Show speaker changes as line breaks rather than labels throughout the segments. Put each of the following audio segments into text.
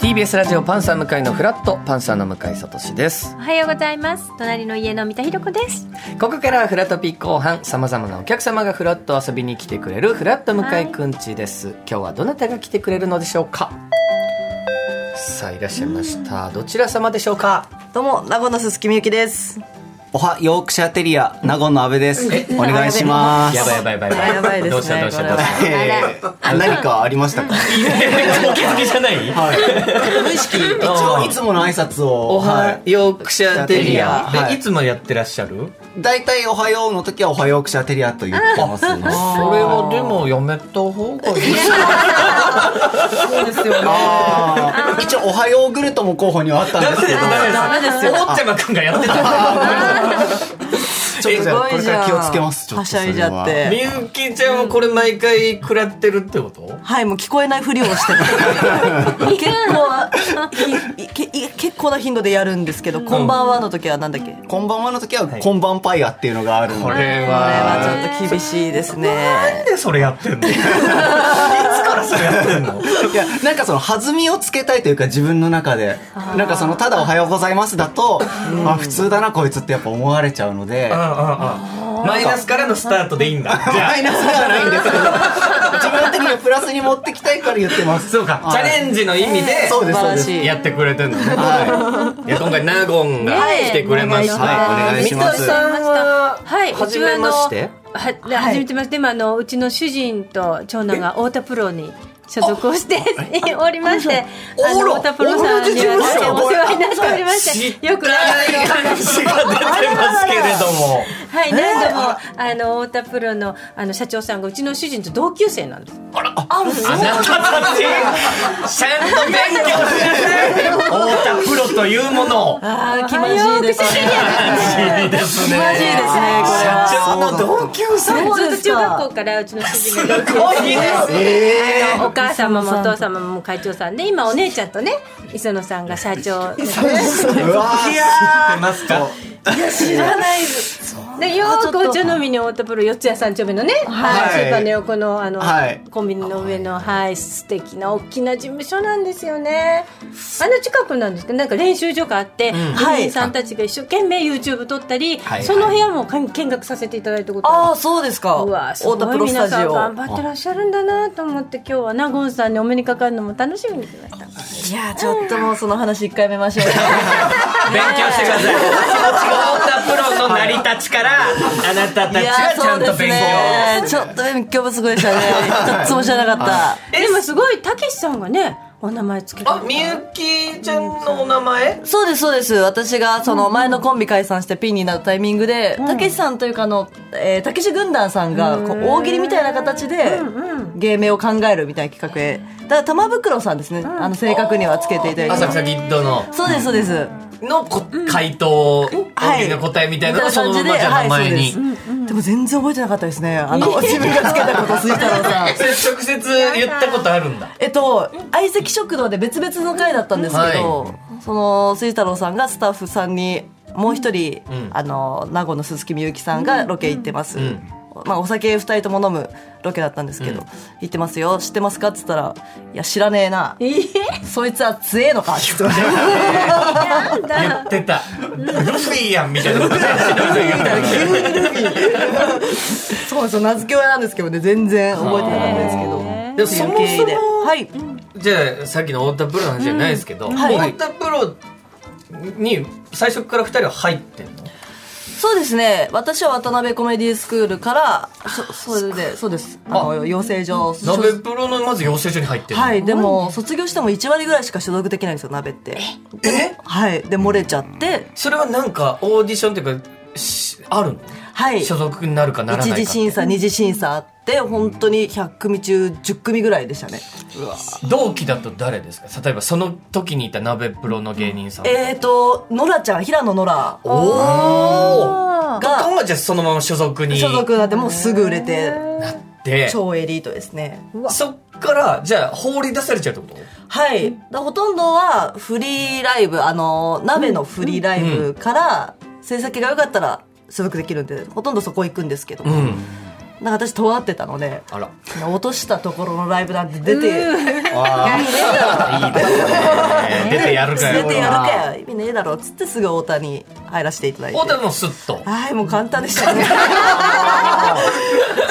TBS ラジオパンサー向井のフラットパンサーの向井聡です
おはようございます隣の家の三田ひ子です
ここからはフラトピー後半さまざまなお客様がフラット遊びに来てくれるフラット向井くんちです、今日はどなたが来てくれるのでしょうかさあいらっしゃいました、どちら様でしょうか
どうも、名護のすすきみゆきです。
おはヨークシャーテリア名護の阿部です
え。
お願いします。
やばいやばいやばい
やばいですね
どうしたどうしたどうし
えー何かありましたか。
たお気づきじゃない
はい。無意識一応いつもの挨拶を。
おはヨークシャーテリア、
はい
えいつもやってらっしゃる
い。だいたいおはようの時はおはヨークシャーテリアと言ってますね。
それはでもやめた方がいいそうですよね
あー一応おはようグルトも候補にはあったんですけど。
ダメですよ。おっちゃまくんがやってた。
ちょっとじゃあこれから気をつけます。ちょ
は
っと
し
それ
ゃいじゃっ。て。
みゆきちゃんはこれ毎回食らってるってこと
はい、もう聞こえないふりをしてる結構いいけい結構な頻度でやるんですけど、こんばんはの時はなんだっけ。こ
こんばんはの時はこんばんパイヤっていうのがあるので。
れ
れはちょっと厳しいですね。
なんでそれやってんのいつからそれやってんの
いやなんかその弾みをつけたいというか自分の中でなんかそのただおはようございますだと、あ普通だなこいつってやっぱ思われちゃうので、
マイナスからのスタートでいいん だ。じゃあ
マイナスではないんですけど自分的にはプラスに持ってきたいから言ってます
そうか、チャレンジの意味で、
そうです
素
そ
晴
う
ら
です
しい。
やってくれてんのね。いや今回、ナゴンが
はい
来てくれました。
はいお願いしま
三
す
田さんは、
はい
初めまして
うちはあのは初めてましてでもあのうちの主人と長男が太田プロに所属をして おりましてあの太田プロさんには大変お世話になっておりましてよくあの
感じが出てますけれども。
はい、何度も、あの、太田プロの、あの、社長さんが、うちの主人と同級生なんです。
あなたたち、ちゃんと勉強しなさい。 太田プロというものを。
あー、気まじいですね。
いいですね。
気まじいですね、これは。
社長の同級生。
そう
ず
で
っと
す
中
か
学校から、うちの主人が同級
すごいね
生で。
え
あのお母様もお父様も会長さんで今お姉ちゃんとね磯野さんが社長で
ー、うわー
ってますか。
知らないですでよーくお茶飲みに太田プロ四谷三丁目のね、はい、スーパーの横のあの、
はい
コンビニの上のはい素敵な大きな事務所なんですよねあの近くなんですけどなんか練習所があって、
はい
芸人さんたちが一生懸命 YouTube 撮ったり、
はい
その部屋も見学させていただいたこと
あー、そうですか。
うわすご
太田プ
い
ロスタ
皆
ジ
さん
オ。
頑張ってらっしゃるんだなと思って今日はナゴンさんにお目にかかるのも楽しみにしました
いや、ちょっともうその話一回目ましょう。
勉強してください。太田プロの成り立ちから、あなたたちはちゃんと勉強。。
ちょっと勉強不足でした ね。一つも知らなかった。
でもすごいたけしさんがねお名前つけて
あ、みゆきちゃんのお名前
そうです、そうです。私が、その前のコンビ解散してピンになるタイミングで、たけしさんというか、あの、えーたけし軍団さんが、こう大喜利みたいな形で、芸名を考えるみたいな企画へ。だから、玉袋さんですね。あの、正確にはつけていただい
浅
て。
草キッドの、
そうです、そうです。
のこ回答、大きな答えみたいなのをそのままじゃあ名前
はい
に
そ。うですでも全然覚えてなかったですね。あ の、自分がつけたこと、水太郎さん。
直接言ったことあるんだ。
えっと相席食堂で別々の会だったんですけど、その杉太郎さんがスタッフさんにもう一人、あの名護の鈴木みゆきさんがロケ行ってます、まあ、お酒2人とも飲むロケだったんですけど、行ってますよ知ってますかっつったら「いや知らねえな
え
そいつは強えのか」って言って
なん
言
だ
ってた。ルフィやんみたいなこと言って
そうなん
た
ですよ名付け親なんですけどね全然覚えてなかったですけど
でもそも
っていう経緯で
そも
はい
じゃあさっきの太田プロの話じゃないですけど、
はい
太田プロに最初から2人は入ってんの
そうですね私は渡辺コメディスクールから そそれでそうですあの養成所
鍋プロのまず養成所に入ってるの、
はい、でも卒業しても1割ぐらいしか所属できないんですよ鍋って
え
はいで漏れちゃって
それはなんかオーディションっていうかしあるの、
はい
所
一
属になるかならないか
次審査二次審査あって本当に100組中10組ぐらいでしたね
同期だと誰ですか例えばその時にいた鍋プロの芸人さん、
えーとノラちゃん平野ノラ
おお
が
はじゃあそのまま所属に
所属になってもうすぐ売れて
なってそ
超エリートですね
っからじゃあ放り出されちゃうってこと
はいだからほとんどはフリーライブあの鍋のフリーライブから成績が良かったら所属できるんでほとんどそこ行くんですけども
うん
なんか私とわってたので
あら
落としたところのライブなんて出て
あーいいですね出てやるか
出
よ
てやるかよ意味ねえだろっつってすぐ太田に入らせていただいて
太田もスッと
はいもう簡単でしたね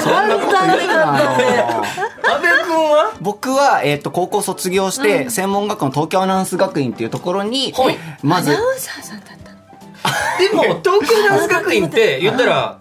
そんなこと言うな。
阿部君は
僕は、えっ、と、高校卒業して、専門学校の東京アナウンス学院っていうところに、
はい
まず、
アナウンサーさんだったの
でも東京ダンス学院って言ったら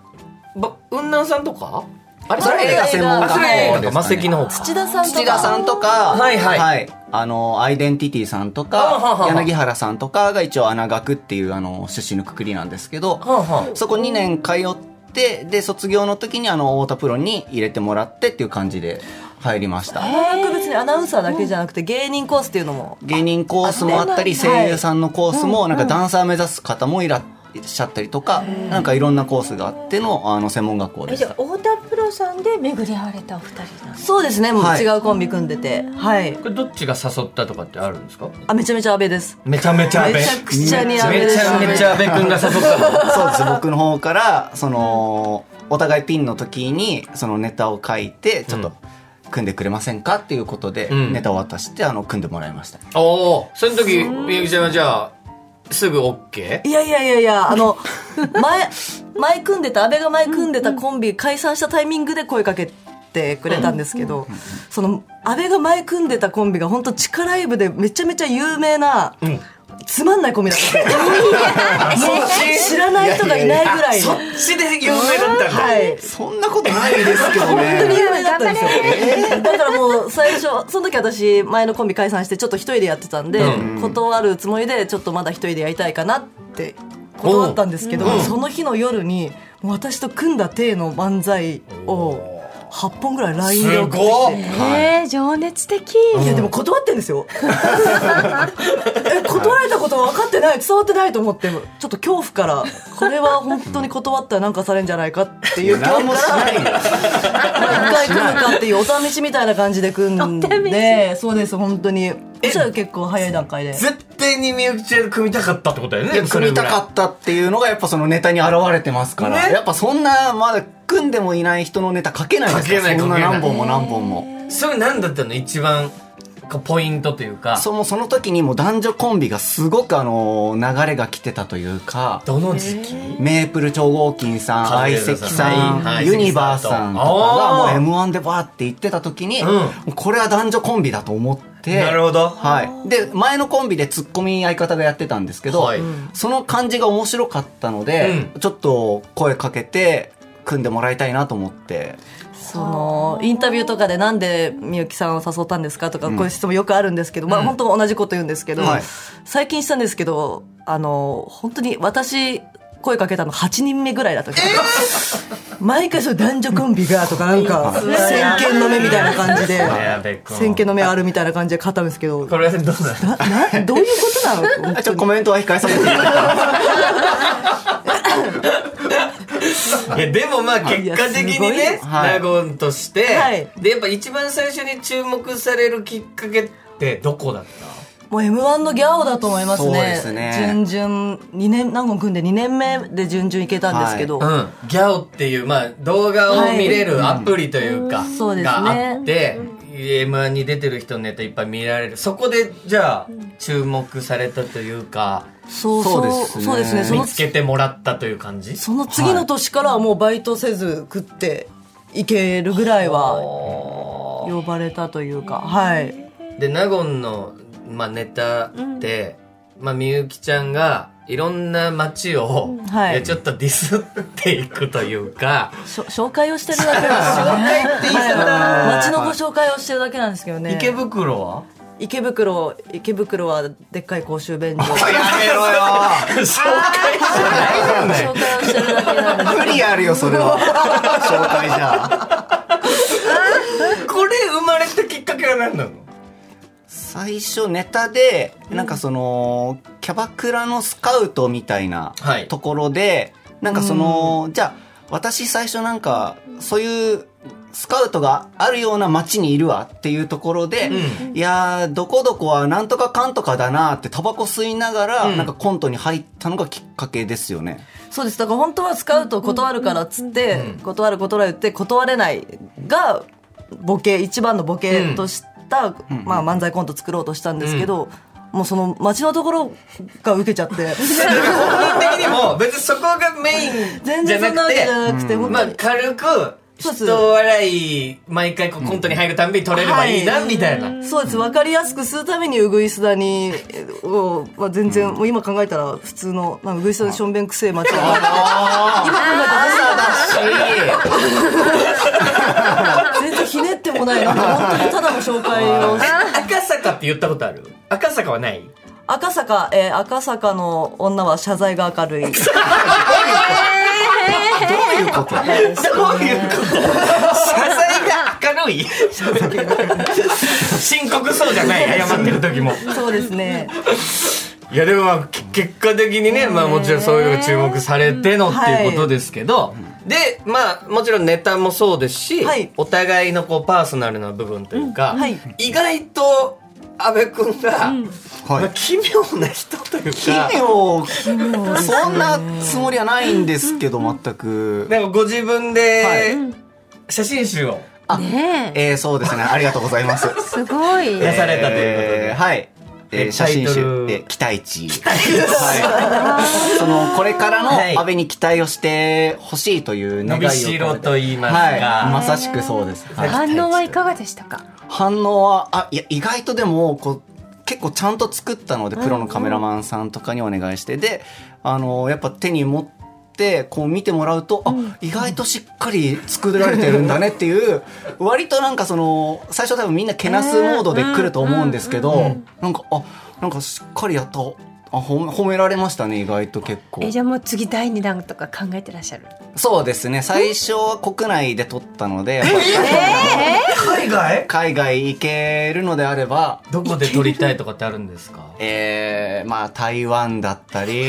ば雲南さんとかあれ
それ映画専門
あ
学
そ
校
れ映画
で
か
すか
マセキ
ね。
の方か
土田さんとか
土田さんとか、
はいはい
あの、アイデンティティさんと
あははは
か、柳原さんとかが一応穴学っていう、あの、出身のくくりなんですけど、
はあは
そこ2年通って、で、卒業の時に、あの、太田プロに入れてもらってっていう感じで入りました。
大学別にアナウンサーだけじゃなくて芸人コースっていうのも
芸人コースもあったり
あそうなんだ
声優さんのコースもなんかダンサー目指す方もいらっしゃったりとかなんかいろんなコースがあってのあの専門学校
え
で
じ
し
ゃあ
た
太田プロさんで巡り合われたお二人なんです
そうですねもう
はい
違うコンビ組んでてはい
あこれどっちが誘ったとかってあるんですか
あめちゃめちゃ安倍です
めちゃめちゃ阿部
めちゃくちゃに安倍
め
で
ち
す
ゃめちゃ阿部君が誘ったの
そうです僕の方からそのお互いピンの時にそのネタを書いてちょっと組んでくれませんかっていうことで
うん
ネタを渡してあの組んでもらいました
おおその時みゆきちゃんはじゃあすぐ OK?
いやいやいやい や、あの、前、前組んでた、安倍が前組んでたコンビ解散したタイミングで声かけてくれたんですけど、その、安倍が前組んでたコンビが本当地下ライブでめちゃめちゃ有名な、
うん
つ まんないコンビだったんですよもう知らない人がいないぐらいの。
っちで有名だったんだ
はい。
そんなことないですけど
本当に
ね
有名だったんですよ。だからもう最初、その時私、前のコンビ解散して、ちょっと一人でやってたんで、
う
断るつもりで、ちょっとまだ一人でやりたいかなって断ったんですけど、
うん
その日の夜に、もう私と組んだ体の漫才を、8本ぐらい LINE で送ってき
すごっ
て。
えー、情熱的
いやでも断ってんですよ え断られたこと分かってない伝わってないと思ってちょっと恐怖からこれは本当に断ったらなんかされんじゃないかっていう恐怖
何もしないよ
一回組むかっていうお試しみたいな感じで組んで、そうです、本当に。そしたら結構早い段階で。
絶対にみゆきちゃん組みたかったってことだよね
いや組みたかったっていうのがやっぱそのネタに現れてますから、
ね
やっぱそんなまだ組んでもいない人のネタ書けないです
書けない
そんな
書けない
何本も何本も
それ何だったの一番こうポイントというか
そもその時にもう男女コンビがすごくあの流れが来てたというか
どの時期
メープル超合金さん
カズ
相
レーザー
席
さん
さん、
はい
ユニバーさんとか
あー
がもう m 1でバーって言ってた時に、
うん
もうこれは男女コンビだと思って
なるほど
はい、で前のコンビでツッコミ相方がやってたんですけど、
はい
その感じが面白かったので、ちょっと声かけて組んでもらいたいなと思って
その、インタビューとかでなんでみゆきさんを誘ったんですかとか、こういう質問よくあるんですけど、まあ本当同じこと言うんですけど
はい、
最近したんですけど、あの、本当に私、声かけたの8人目ぐらいだったんですよ毎回そう男女コンビがとかなんか先見の目みたいな感じで
やべこの
先見の目あるみたいな感じで買ったんですけど
これはどうなの
ななどういうことなの本当に
ちょっとコメントは控えさせていただきます
いやでもまあ結果的に
いや
ね
す
はい
納言として、
はい
でやっぱ一番最初に注目されるきっかけってどこだった
もう M1 のギャオだと思います
そうで
ね。
すね
準々、2年、何本組んで2年目で準々いけたんですけど。
うん、ギャオっていう、まあ、動画を見れるアプリというか、
んそうですね
があって、m 1に出てる人のネタいっぱい見られるそこでじゃあ注目されたというか
そうそう、そ
そうう
で
ですす
ね。
ね
そ
見
の、
つけてもらったという感じ
その次の年からはもうバイトせず食っていけるぐらいは呼ばれたというか、はい。
で納言の、まあ、ネタって、まあ、みゆきちゃんがいろんな街を、
はい
いやちょっとディスっていくというか
しょ紹介をしてるだけなんですよね。紹介って言い方。街のご紹介をしてるだけなんですけど ね。
池袋 は
池袋、池袋はでっかい公衆便所。
やめろ よ
紹介しないよね
紹介をしてるだけなんです
無理あるよそ れは紹介じゃ
これ生まれたきっかけ は何なの
最初ネタで、なんかそのキャバクラのスカウトみたいな
はい
ところで、なんかその、じゃあ私最初なんかそういうスカウトがあるような街にいるわっていうところで、いやー、どこどこはなんとかかんとかだなってタバコ吸いながら、なんかコントに入ったのがきっかけですよね。
そうですだから本当はスカウト断るからっつって、断る断る言って断れないがボケ一番のボケとした、まあ、漫才コント作ろうとしたんですけど、もうその街のところが受けちゃって
本人的にも別にそこがメイン
全
じゃ
然そ
なん
なわけ
くて
じゃなくて、本
ま
当
あ
に。
軽く人笑い毎回こうコントに入るたんびに取れればいいなみたいな、
そうです分かりやすくするためにうぐいすだにを、まあ、全然、もう今考えたら普通のなんかうぐいすだにしょんべんくせえ街だな
あ
今考えたら
し
全然ひねってもないなんか本当にただの紹介をし
赤坂って言ったことある赤坂はない
赤坂、えー赤坂の女は謝罪が明るい
ーどういうこと
そういうこと謝罪が明るい深刻そうじゃない謝ってる時も
そうです ね
いやでもまあけ結果的にね、まあ、もちろんそういうのが注目されてのっていうことですけど、でまあもちろんネタもそうですし、
はい
お互いのこうパーソナルな部分というか、
んはい
意外と阿部君が、ま
は
あ
い。
奇妙な人という
奇
か。
妙、そんなつもりはないんですけど、全く。
なんかご自分で写真集を
ねえ
えー、そうですね。ありがとうございます。
すごい
出されたということ
えー
で、
はい。えー
え
写真
タ
集
イト、ル
えー期待値。はい。その、これから
はい
の安倍に期待をしてほしいという願
伸
いを込めて。
びしろと言いますか、
はい。まさしくそうです。はい
反応はいかがでしたか
反応は、あ、いや、意外とでも、こう、結構ちゃんと作ったので、プロのカメラマンさんとかにお願いして、で、あの、やっぱ手に持って、こう見てもらうと、あ、意外としっかり作られてるんだねっていう、 割となんかその、最初多分みんなけなすモードで来ると思うんですけど、なんか、あ、なんかしっかりやった。あ褒め褒められましたね意外と結構
えじゃあもう次第二弾とか考えてらっしゃる
そうですね最初は国内で撮ったのでやっ
海外
ぱ海外行けるのであれば
どこで撮りたいとかってあるんですか
えー、まあ台湾だっ たり、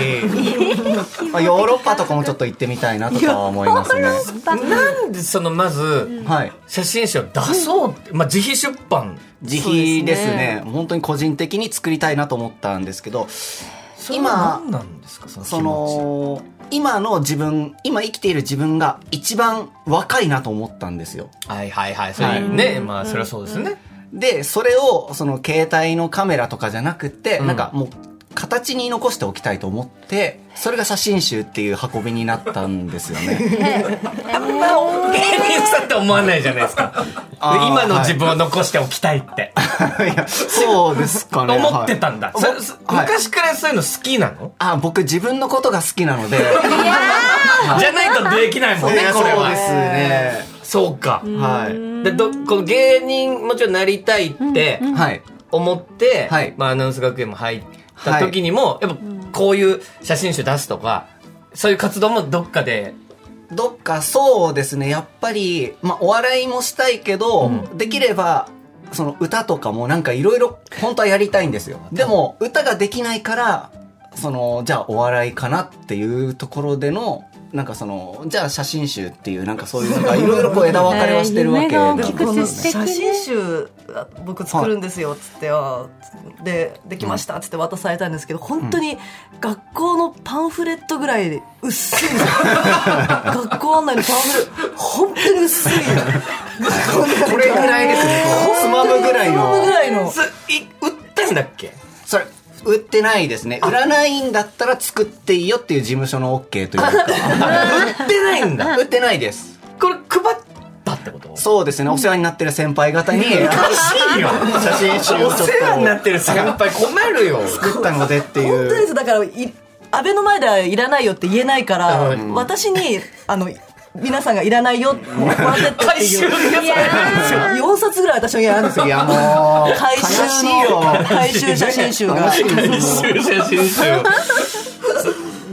まあ、ヨーロッパとかもちょっと行ってみたいなとかは思いますね。
なんで そのまず
はい、
写真集を出そうって、まあ、自費出版
自費ですね本当に個人的に作りたいなと思ったんですけど
それ
今
は何なんですかその気持ち
その今の自分今生きている自分が一番若いなと思ったんですよ。
はいはいはいそれね、まあそれはそうですね、
でそれをその携帯のカメラとかじゃなくて、
うん
なんかもう形に残しておきたいと思ってそれが写真集っていう運びになったんですよね。
あんま芸人さんって思わないじゃないですか
あー
今の自分を残しておきたいって、
いや、そうですかね。
思ってたんだ、
はい
そそ
はい
昔からそういうの好きなの、
あ、僕自分のことが好きな ので。いや
じゃないとできないもんねこ
そう
れ
で
は
すね。
そうか
は
でどこの芸人もちろんなりたいって
い。はい。
思って、
はい
まあ、アナウンス学園も入った時にも、やっぱこういう写真集出すとかそういう活動もどっかで
どっかそうですね、やっぱり、まあ、お笑いもしたいけど、できれば、その歌とかもなんかいろいろ本当はやりたいんですよ。でも、歌ができないから、その、じゃあお笑いかなっていうところでの、なんかその、じゃあ写真集っていう、なんかそういう、なんかいろいろこう枝分かれはしてるわけなんです
夢が大きく
ね
て素敵ね
写真集僕作るんですよっつって、あーでできましたっつって渡されたんですけど本当に学校のパンフレットぐらい薄 い学校案内のパンフレット本当に薄い
これぐらいですね、こうつまむぐらい
本当に
の
ぐ。らいの
すい売ったんだっけ
それ売ってないですね売らないんだったら作っていいよっていう事務所の OK という か
売ってないんだ
売ってないです
これ配ったってことお
そうですねお世話になってる先輩方に
かしいよ
写真集
お
をちょっ
世話になっ
と
てる先輩困るよ
作ったのでってい
本当で
う
すだからい安倍の前ではいらないよって言えないから、
うん
私にあの皆さんがいらないよもらってってって
回収
いう
がされるんですよ
4冊ぐらい私の家あるんですよ
いやもう
回収
悲しいよ
の回収写真集が
悲しい
回収写真集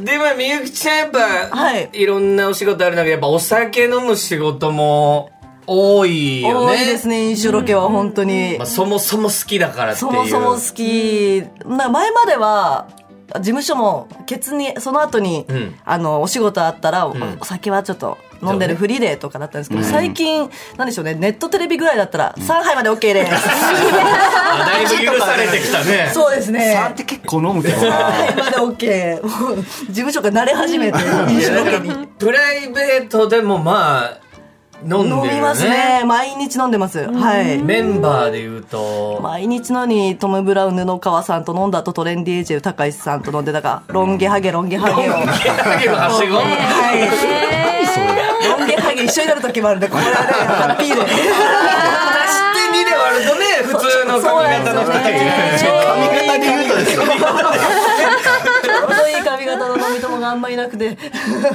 でまあみゆきちゃんやっぱ、
はい
い、ろんなお仕事ある中やっぱお酒飲む仕事も多いよ
多
ね
いですね飲酒ロケは本当に
まあ、そもそも好きだからってい
そ
う
もそも好きな前までは事務所もケツにその後に、
うん
あのお仕事あったら、お
ん
お酒はちょっと飲んで
そうね
るフリーでとかだったんですけど、最近なんでしょうねネットテレビぐらいだったら、上海まで OK です
あだいぶ許されてきたね
そうですね
3って結構飲むけどな
上海まで OK もう事務所が慣れ始めて
いやだからプライベートでもまあ飲んでるよ
飲
ね
みますね毎日飲んでますはい
メンバーで言うと、
毎日のようにトム・ブラウン布川さんと飲んだ後トレンディエージェル高橋さんと飲んでだからロン毛ハゲロン毛ハゲを
はしご
ロン毛ハゲ一緒になる時もあるんでこれはねハッピーで
出してみで割るとね普通の髪型の人たち
髪型で言うとですよ
ちょうどいい髪型の飲み友があんまいなくて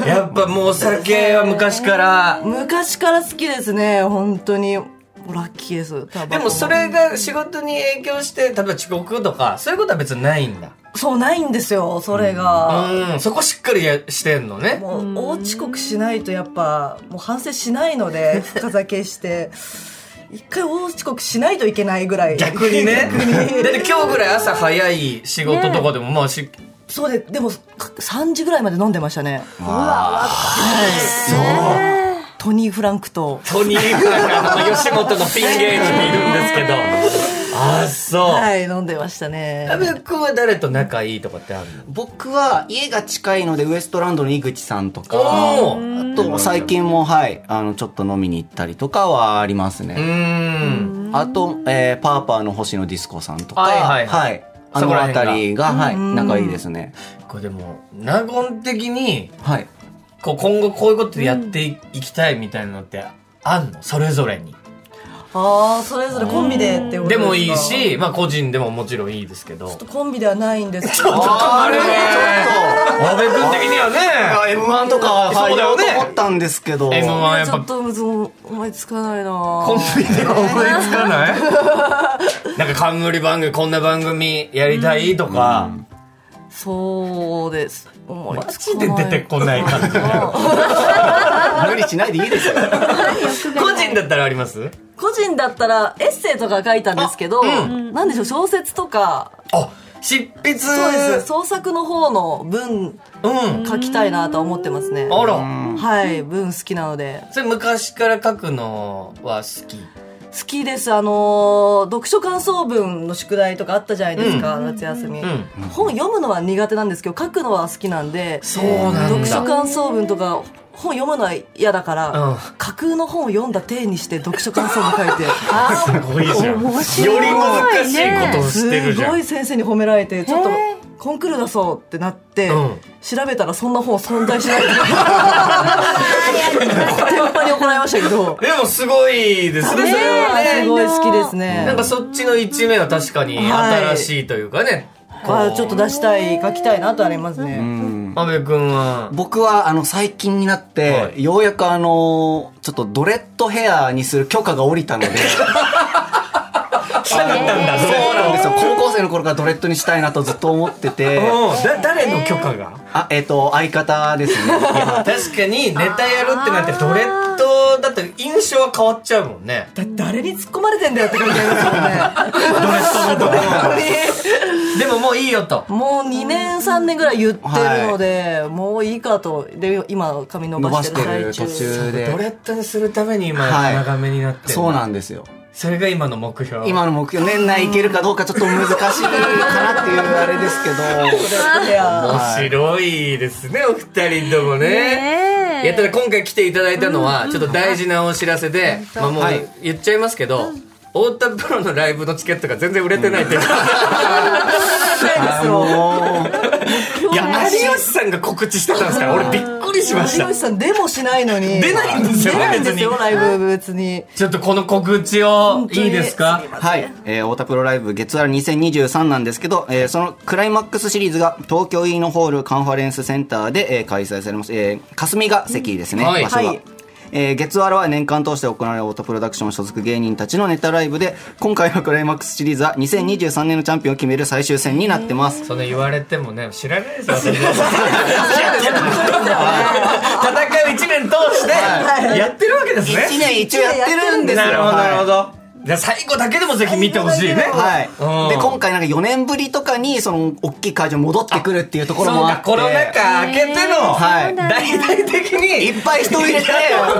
やっぱもうお酒は昔から
昔から好きですね本当にラッキーですタバコ
でもそれが仕事に影響して例えば遅刻とかそういうことは別にないんだ
そうないんですよそれが、
うんそこしっかりやしてんのね
もう大遅刻しないとやっぱもう反省しないので深酒して一回大遅刻しないといけないぐらい
逆に ねだって今日ぐらい朝早い仕事とかでもまあし
そうで、でも、か3時ぐらいまで飲んでましたね。はい。そう。トニー・フランクと。
トニーが吉本のピン芸人にいるんですけどああそう
はい、飲んでましたね
矢。部君は誰と仲いいとかってあるの
僕は家が近いのでウエストランドの井口さんとか
おおう
あと最近もはいあのちょっと飲みに行ったりとかはありますね
ーん
あと、えーパーパーの星野ディスコさんとか
はいはいはい
あ
そこ
の
ら辺が
辺りがはい仲いいですね
これでも納言的に
はい
こう今後こういうことやっていきたいみたいなのってあんのそれぞれに
ああ、それぞれコンビでってこと
です
か
もいい。し、まあ、個人でももちろんいいですけどちょっ
コンビではないんですけ
と
ど。
困るね
ちょっと
阿部君的にはね
m 1とか
そ
入
うだ
ろ
よ
う
ね
と思ったんですけど
M1
あ
や
ーち
っ
ょっ
ぱ
とむず思いつかないな
コン
ぁ
ビでは思いつかない なんか冠番組こんな番組やりたいとか、
そうです。思い
マ
つか
ジ
な
で
い。
出てこない感じだよ
無理しないでいい ですよ
個人だったらあります
個人だったらエッセイとか書いたんですけど、なんでしょう、小説とか、
あ執筆
そうです。創作の方の文
うん
書きたいなとは思ってますね。
あら
はい、文好きなので。
それ昔から書くのは好き
好きです。あのー読書感想文の宿題とかあったじゃないですか、夏休み、
ん
本読むのは苦手なんですけど、書くのは好きなんで、
そうなんだ
読書感想文とか、本読むのは嫌だから、
うん
架空の本を読んだ体にして読書感想文書い て、
すごいじゃん。よ
白い
り難しいことをしてる
す
じゃ
ご
ん。
い先生に褒められて、ちょっと、コンクール出そうってなって、
うん
調べたらそんな本存在 しない。天パに怒られましたけど、
でもすごい ですね、それはね。
すごい好きですね。
なんかそっちの一面は確かに新しいというかね。
あちょっと出したい書きたいなとありますね、
安部くんは。
僕はあの最近になって、
はい
ようやくあのちょっとドレッドヘアにする許可が下りたので
来たかったんだ、
そ
そ
う
れ
なんですよ高校生の頃からドレッドにしたいなとずっと思ってて
うんだ誰の許可が
あえっ、と相方です ね
確かにネタやるってなってドレッドだって印象は変わっちゃうもんね。
だ誰に突っ込まれてんだよって感じですよね
ドレッドのでももういいよと。
もう2年3年ぐらい言ってるので、もういいかとで今髪伸
伸
ば
ば
し
してて
る
る
最
途
中
中
ド
で
レッドにするために今
はい
長めになってる
そうなんですよ
それが今の目標。
今の目標年内いけるかどうかちょっと難しいかなっていうあれですけど
いや
面白いですね、お二人ともね。いやただ今回来ていただいたのは、ちょっと大事なお知らせで、まあもう
はい
言っちゃいますけど、太田プロのライブのチケットが全然売れてないっていう。
あのー
いや、有吉さんが告知してたんですから、俺びっくりしまし
有
た
吉。さんでもしないのに
出ないんですよ
出ないんですよ
別
ライブ別に
ちょっとこの告知を、いいですか
はい、えー、太田プロライブ月アラ2023なんですけど、えーそのクライマックスシリーズが東京イーノホールカンファレンスセンターで、えー開催されます、えー、霞が関ですね、
うんはい
場所が。
はい
えー月アラは年間通して行われるオートプロダクション所属芸人たちのネタライブで今回のクライマックスシリーズは2023年のチャンピオンを決める最終戦になってます、
そんな言われてもね、 知らないですよ、私いや戦いを一年通して、やってるわけですね。
一年一応やってるんですよ
なるほど、なるほ
は
ど。じゃあ最後だけでもぜひ見てほしいね。
はい
うん。
で、今回なんか4年ぶりとかに、その、大きい会場に戻ってくるっていうところもあって。
そうか、コロナ禍明けての、
はい
大々的に、
いっぱい人入れて、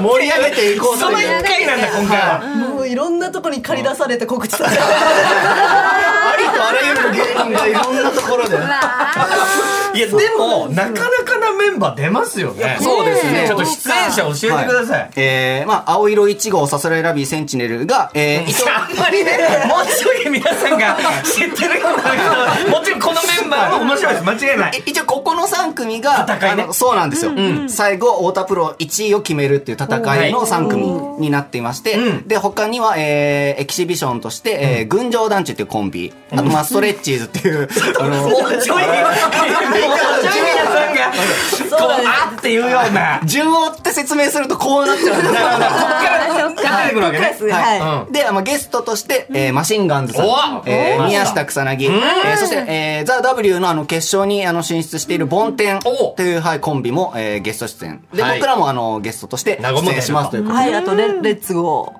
盛り上げていこう
そ
と
の一
いう。
回なんだ、今回は。
もういろんなとこに借り出されて告知され て
ありとあらゆる芸人がいろんなところで。
いや、でも、なかなかなメンバー出ますよね。
そうですね
ちょっと出演者教えてください。
えー、まあ、青色1号、サスライラビー、センチネルが、えー、伊藤
あんまりね、もうちょい皆さんが知ってるような、もちろんこのメンバーも面白いです。間違いない。
い一応ここの3組が
戦いね
あのそうなんですよ、最後太田プロ1位を決めるっていう戦いの3組になっていまして、
うん
で他には、えーエキシビションとして、えー群青団地っていうコンビ、あとまあストレッチーズっていう、あ
も
の
うちょい、もうちょい皆さんが、こう、あっていうような。
順を追って説明するとこうなっち ゃうんですよ
こっから出てくるわけね。
はい
はいで、まあ、ゲストとして、えーマシンガンズさん
おわ、
え
お
ー
わ
宮下草薙、えーそして、えー、ザ・ W のあの決勝にあの進出している梵天
お
という、はい、コンビも、えーゲスト出演で、
はい
僕らもあのゲストとして
和
出
む
演しますということで、
はいあとレレッツゴ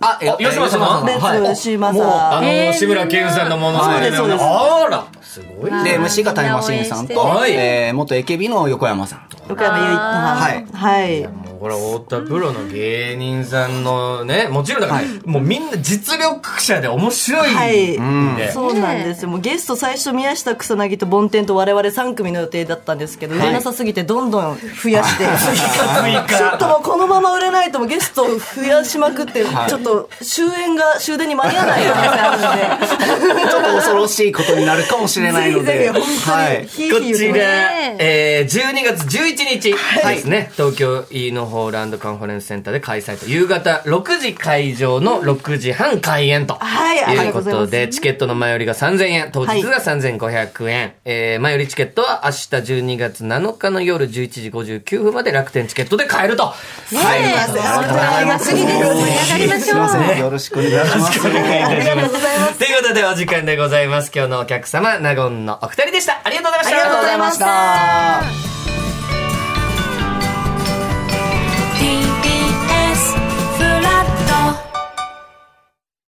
あ、えー
お吉村さん
ーレ
はい
ッツシーマ
もう、あ
サー
の、志村けんさんのものまね
そうです
あら、すごいね。
で MC がタイムマシーンさんと、
はい
えー元 AKB の横山さん
横山由依さんはいはい
もうこれは太田プロの芸人さんのね、もちろんだから、もうみんな実力者で面白いんで。
そうなんですよ。もうゲスト最初宮下草薙と梵天と我々3組の予定だったんですけど、売れなさすぎてどんどん増や して、
追加
ちょっともうこのまま売れないともうゲストを増やしまくって、ちょっと終演が終電に間に合わない可能性あ るので、
ちょっと恐ろしいことになるかもしれない ので
ぜひぜひ本当に
はい
ひい
こ
ひい言って
ち
ま
ら
す、
えー、12月11日ですね、東京イーノホーランドカンファレンスセンターで開催と、夕方6時会場の6時半開演と。
はい、あり
い
がと
う
う
こ
ございま
と
す。
で、チケットの前売りが3000円、当日が3500円。えー、前売りチケットは明日12月7日の夜11時59分まで楽天チケットで買えると。はい
ありがとうございます。次です。盛り上がりまし
すい
ょ
ま
う。
せんよろしくお願いします
ありがとうございます。ということで、お時間でございます。今日のお客様、納言のお二人でした。ありがとうござい
あ
ました。
りがとうございました。